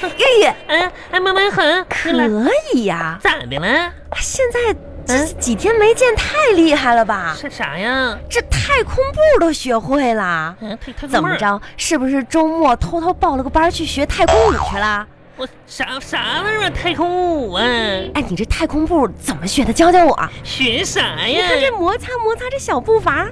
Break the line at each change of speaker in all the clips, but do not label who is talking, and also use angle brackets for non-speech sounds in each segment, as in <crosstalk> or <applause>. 哎
以，
嗯，哎，妈妈很
可以呀、
咋的了？
现在这几天没见，太厉害了吧？
是啥呀？
这太空步都学会了，
嗯，太太
怎么？着？是不是周末偷偷报了个班去学太空舞去啦？
我啥啥玩意儿？太空舞啊？
哎，你这太空步怎么学的？教教我。
学啥
你看这
呀？
摩擦摩擦这小步伐，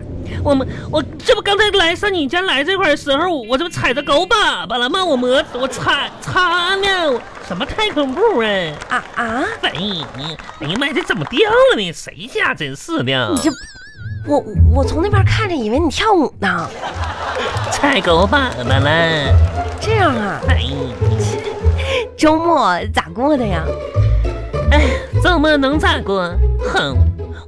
我们我这不刚才来上你家来这块儿的时候，我这不踩着狗粑粑了吗？我磨我擦擦呢，我什么太空步啊？
啊啊！
哎你，哎呀妈呀，这怎么掉了呢？谁家真是的
你？这，我我从那边看着以为你跳舞呢。
踩狗粑粑了？
这样啊，
哎你。
周末咋过的呀？
哎，这么能咋过？哼，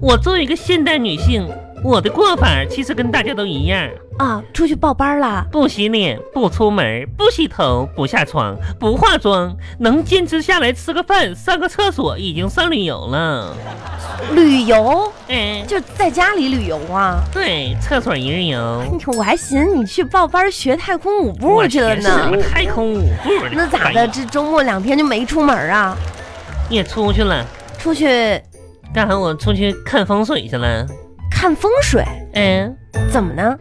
我作为一个现代女性，我的过法其实跟大家都一样，
啊，出去报班了。
不洗脸，不出门，不洗头，不下床，不化妆，能坚持下来吃个饭、上个厕所，已经算旅游了。
旅游
哎，
就在家里旅游啊。
对，厕所一日游。
你看我还寻思你去报班学太空舞步去了
我寻思什么
呢。
太空舞步呢
那咋的？？这周末两天就没出门啊？
也出去了，
出去
干啥？我出去看风水去了。
看风水，
嗯，
怎么呢？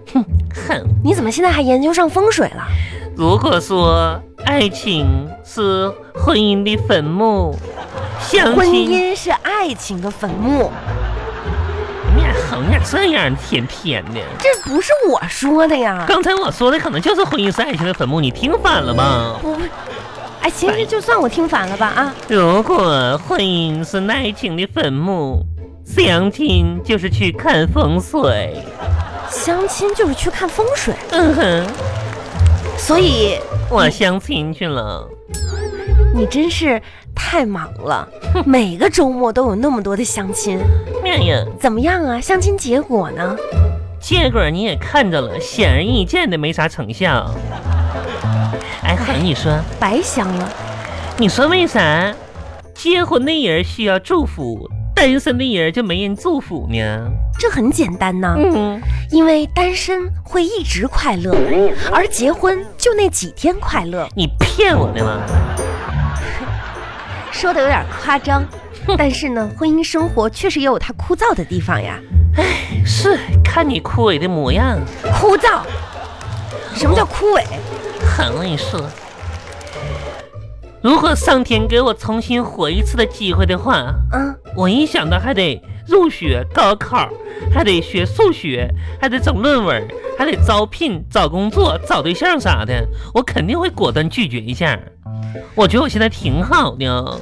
哼。
你怎么现在还研究上风水了？
如果说爱情是婚姻的坟墓，相
婚
亲
姻是爱情的坟墓，
你俩横呀这样偏偏的。
这不是我说的呀。
刚才我说的可能就是婚姻是爱情的坟墓，你听反了吧？
不，哎，行行，就算我听反了吧啊。
如果婚姻是爱情的坟墓，相亲就是去看风水。
相亲就是去看风水，
嗯哼，
所以
我相亲去了。
你真是太忙了，每个周末都有那么多的相亲，
面呀，
怎么样啊？相亲结果呢？
结果你也看着了，显而易见的没啥成效。哎，哼，你说。
白相了，
你说为啥结婚的人需要祝福，单身的人就没人祝福呢？
这很简单呐、
嗯，
因为单身会一直快乐，而结婚就那几天快乐，
你骗我呢吗？
说的有点夸张，但是呢，婚姻生活确实也有它枯燥的地方呀。
是看你枯萎的模样，
枯燥，什么叫枯萎？
狠我跟你说，如果上天给我重新活一次的机会的话，
嗯，
我一想到还得入学、高考，还得学数学，还得整论文，还得招聘、找工作、找对象啥的，我肯定会果断拒绝一下。我觉得我现在挺好的。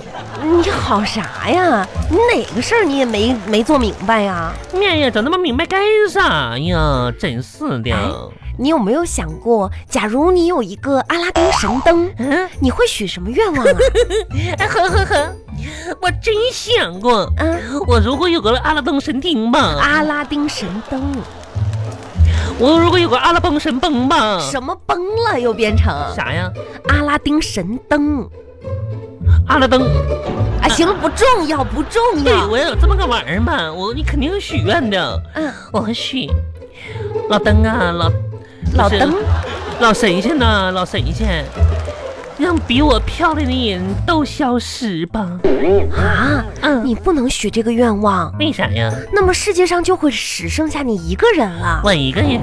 你好啥呀？你哪个事儿你也没没做明白啊呀？
面呀，整那么明白干啥呀？真是的。
你有没有想过，假如你有一个阿拉丁神灯，
嗯，
你会许什么愿望啊？
哎，呵呵呵，我真想过，
嗯，
我如果有个阿拉丁神钉吧，
阿拉丁神灯
我如果有个阿拉丁神崩吧，
什么崩了又变成
啥呀？
阿拉丁神灯
阿拉丁，
啊？行了，不重要，不重
嗯对
要。
我有这么个玩意儿吧，我你肯定有许愿的，
嗯，
我许，老登啊，老
老
就是
灯
老神仙呐，老神仙，让比我漂亮的人都消失吧。
啊，
嗯，
你不能许这个愿望，
为啥呀？
那么世界上就会只剩下你一个人了。
我一个人，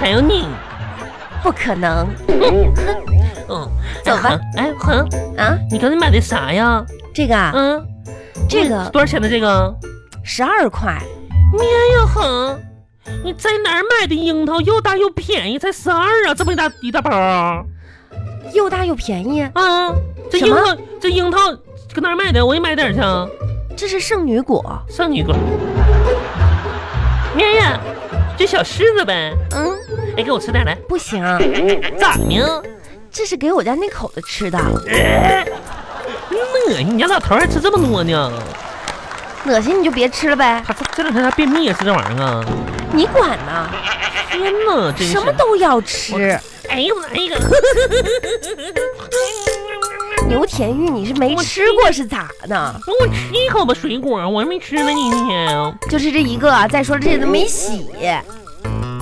还有你。
不可能
嗯，
走吧
哎。恒，哎，恒，
啊，
你刚才买的啥呀？
这个啊，
嗯，
这个
多少钱的这个？
十二块，
哎呀，恒，你在哪儿买的樱桃？又大又便宜，才十二啊！这么一大一大包啊！
又大又便宜，
啊这
什
樱
么
桃，这樱桃搁哪儿买的？我也买点儿去啊。
这是圣女果。
上你一个。咩呀，这小柿子呗。
嗯，
哎，给我吃点来。
不行，
咋呢？
这是给我家那口子吃的。
恶心，你家老头儿还吃这么多呢？
恶心你就别吃了呗，
他这这两天他便秘啊，吃这玩意儿啊！
你管呢？
天哪，真是
什么都要吃，
哎呦我的那个，
牛田玉你是没吃过是咋的？
我吃一口吧水果，啊我还没吃呢今天，
就是这一个啊，再说这都没洗，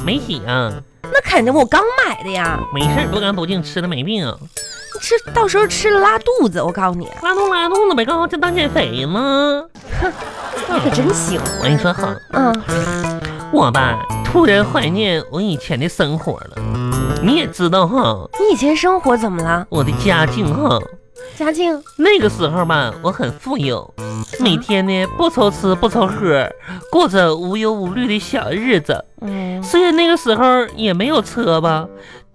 没洗啊，
那肯定我刚买的呀，
没事儿，不干不净吃的没病啊。
吃到时候吃了拉肚子，我告诉你，
拉肚拉肚子呗，刚好就当减肥吗？
你可真行。
我跟你说好，
嗯，
我吧突然怀念我以前的生活了。你也知道哈，
你以前生活怎么了？
我的家境哈，
家境
那个时候吧，我很富有，每天呢不愁吃不愁喝，过着无忧无虑的小日子。
嗯
虽然那个时候也没有车吧，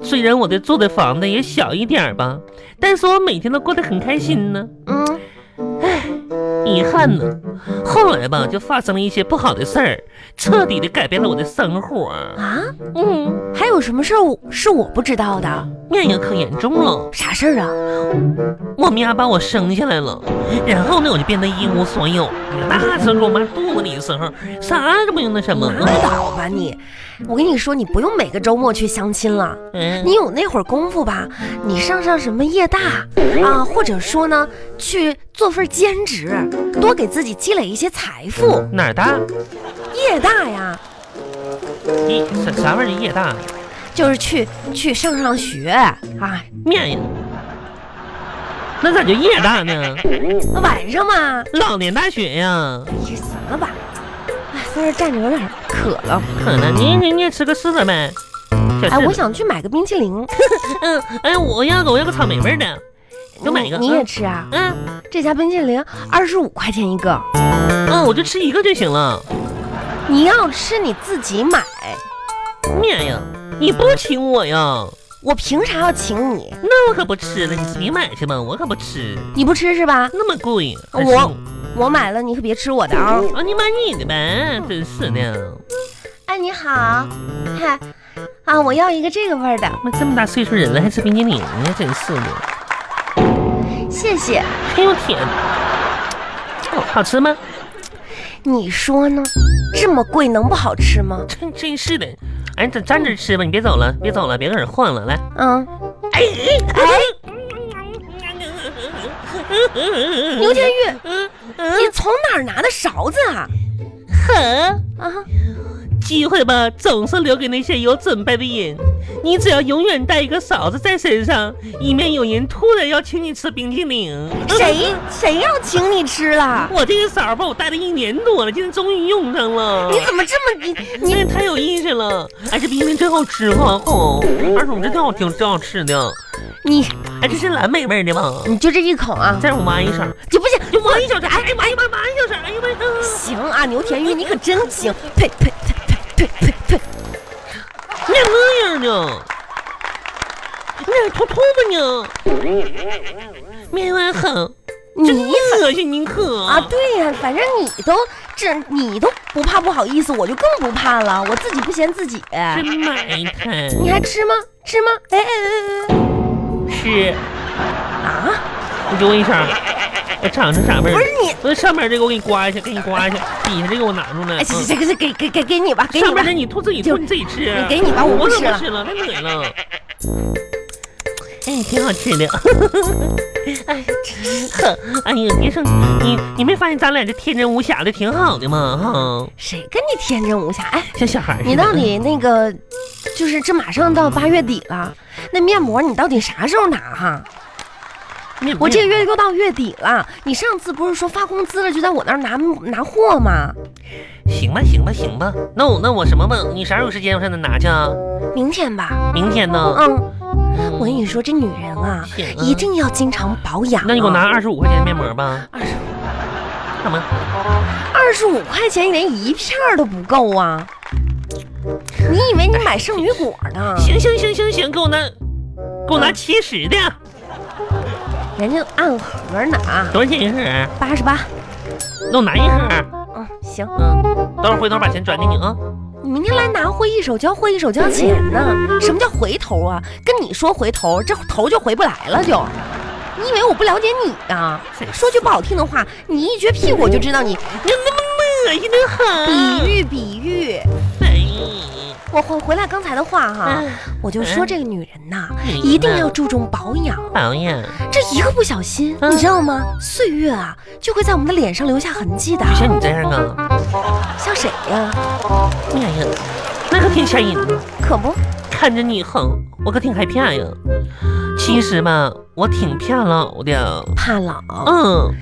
虽然我的住的房子也小一点儿吧，但是我每天都过得很开心呢。
嗯，
遗憾呢，后来吧就发生了一些不好的事儿，彻底的改变了我的生活。
啊，
嗯，
还有什么事儿我是我不知道的？
那也可严重了。
啥事儿啊？
我妈把我生下来了，然后呢我就变得一无所有。哎那时候我妈肚子里的时候，啥都不用那什么。
拉倒吧你！我跟你说，你不用每个周末去相亲了。
嗯
你有那会儿功夫吧？你上上什么夜大啊，或者说呢，去做份兼职，多给自己积累一些财富。
哪儿大？
夜大呀，
你啥啥玩意儿？夜大？
就是去去上上学啊，
面呀？那咋就夜大呢？
晚上嘛，
老年大学呀？
你行了吧？哎，在这儿站着有点渴了，
可能你你你也吃个柿子呗？小
嗯哎，
柿
我
子
想去买个冰淇淋，
嗯，哎，我要个我要个草莓味儿的，给我买一个。
你你也吃啊？
嗯
这家冰淇淋二十五块钱一个，
嗯，我就吃一个就行了。
你要吃你自己买，
面呀，你不请我呀？
我凭啥要请你？
那我可不吃了，你你买去吧，我可不吃，
你不吃是吧？
那么贵。
我我买了，你可别吃我的啊、
啊，你买你的呗，真是的，
哎，你好，嗨，啊，我要一个这个味儿的，
妈这么大岁数人了还吃冰激凌呢，真是的。
谢谢。
哎呦天，哦好吃吗？
你说呢？这么贵，能不好吃吗？
真真是的，哎，你站这吃吧，你别走了，别走了，别搁这晃了，来。
嗯，
哎哎 <laughs> 哎！
牛天玉，
嗯
你从哪儿拿的勺子啊？
哼，
啊，
机会吧，总是留给那些有准备的人。你只要永远带一个勺子在身上，以免有人突然要请你吃冰淇淋。
谁谁要请你吃了？
我这个勺吧，我带了一年多了，今天终于用上了。
你怎么这么你
你
你
也太有意思了！哎，这冰淇淋真好吃哈！哦，二叔，你这挺好挺真好吃的。
你
哎，这是蓝莓味儿的吧？
你就这一口啊？
再让我挖一勺，
你不行，
就挖一小勺。哎哎，挖一挖挖一小勺。哎呀妈呀！
行啊，牛田
嗯
玉，你可真行！呸呸呸呸呸呸呸！
你咋那样呢？你咋吐吐沫呢？没完好，真
你
恶心你可
啊，对呀、反正你都这你都不怕不好意思，我就更不怕了，我自己不嫌自己。
真埋汰。
你还吃吗？吃吗？哎哎哎哎
吃，
哎！啊，
你给我一勺，我尝尝啥味儿。
不是你，
我上面这个我给你刮一下，给你刮一下，底下这个我拿出来。
哎，行行行，给给给给你吧，给
嗯
你
上
吧
面的，你吐自己
就
吐，你自己吃。
给你吧，我不
可
吃了。
吃了，太恶心了。哎，挺好吃的。 <laughs> 哎，哼，哎呀，别生气，你你没发现咱俩这天真无瑕的挺好的吗？哈。
谁跟你天真无瑕？哎，
像小孩儿似的。
你到底那个，就是这马上到八月底了，那面膜你到底啥时候拿哈？
嗯面
我这个月又到月底了，你上次不是说发工资了就在我那儿拿拿货吗？
行吧，行吧，行吧。那我那我什么吧？你啥时候有时间我上那拿去啊？
明天吧。
明天呢？
嗯，我跟你说，这女人啊，
行啊
一定要经常保养、啊
那你给我拿。二十五块钱的面膜吧。
二十
干嘛？
二十五块钱连一片儿都不够啊！你以为你买圣女果呢？
行行行行行，给我拿，给我拿七十的，
人家按盒拿，
多少钱一盒？
八十八。
那我拿一盒。啊
嗯，行，
嗯，等会儿回头把钱转给你啊。
你明天来拿会一手交，会一手交钱呢。
嗯
什么叫回头啊？跟你说回头，这头就回不来了就。你以为我不了解你啊？说句不好听的话，你一撅屁股我就知道你
你那么恶心的
比
很。
喻比喻。
哎，
我回回来刚才的话哈，我就说
嗯
这个女人呐，
嗯
一定要注重保养。
保养
这一个不小心，
嗯
你知道吗？岁月啊，就会在我们的脸上留下痕迹的
就。像你这样啊。
像谁呀、
哎呀，那可挺吓人的。
可不，
看着你以后，我可挺害怕呀。其其实吧，我挺怕老的。
怕老，
嗯，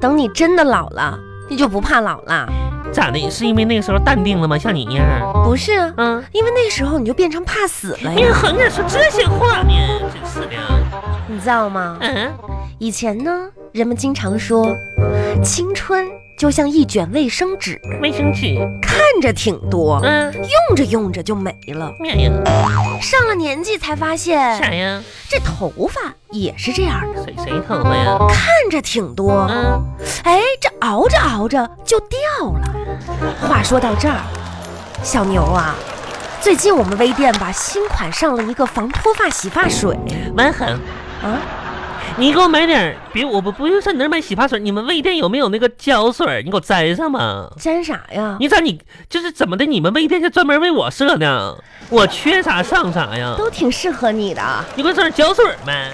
等你真的老了，你就不怕老了。
咋的？是因为那个时候淡定了吗？像你一样？
不是啊，
嗯，
因为那时候你就变成怕死了
你
呀，
横着说这些话呢，真是的。
你知道吗？
嗯，
以前呢，人们经常说，青春就像一卷卫生纸，
卫生纸，
看着挺多，
嗯，
用着用着就没了。
面呀，
上了年纪才发现，
啥呀？
这头发也是这样的，
谁谁头发呀？
看着挺多，
嗯，
哎，这熬着熬着就掉了。话说到这儿，小牛啊，最近我们微店吧新款上了一个防脱发洗发水
蛮狠。
啊，
你给我买点儿，别我不不用上你那儿买洗发水，你们卫店有没有那个胶水儿？你给我粘上吧。
沾啥呀？
你咋你就是怎么的？你们卫店是专门为我设的，我缺啥上啥呀？
都挺适合你的啊。
你给我整点胶水儿呗。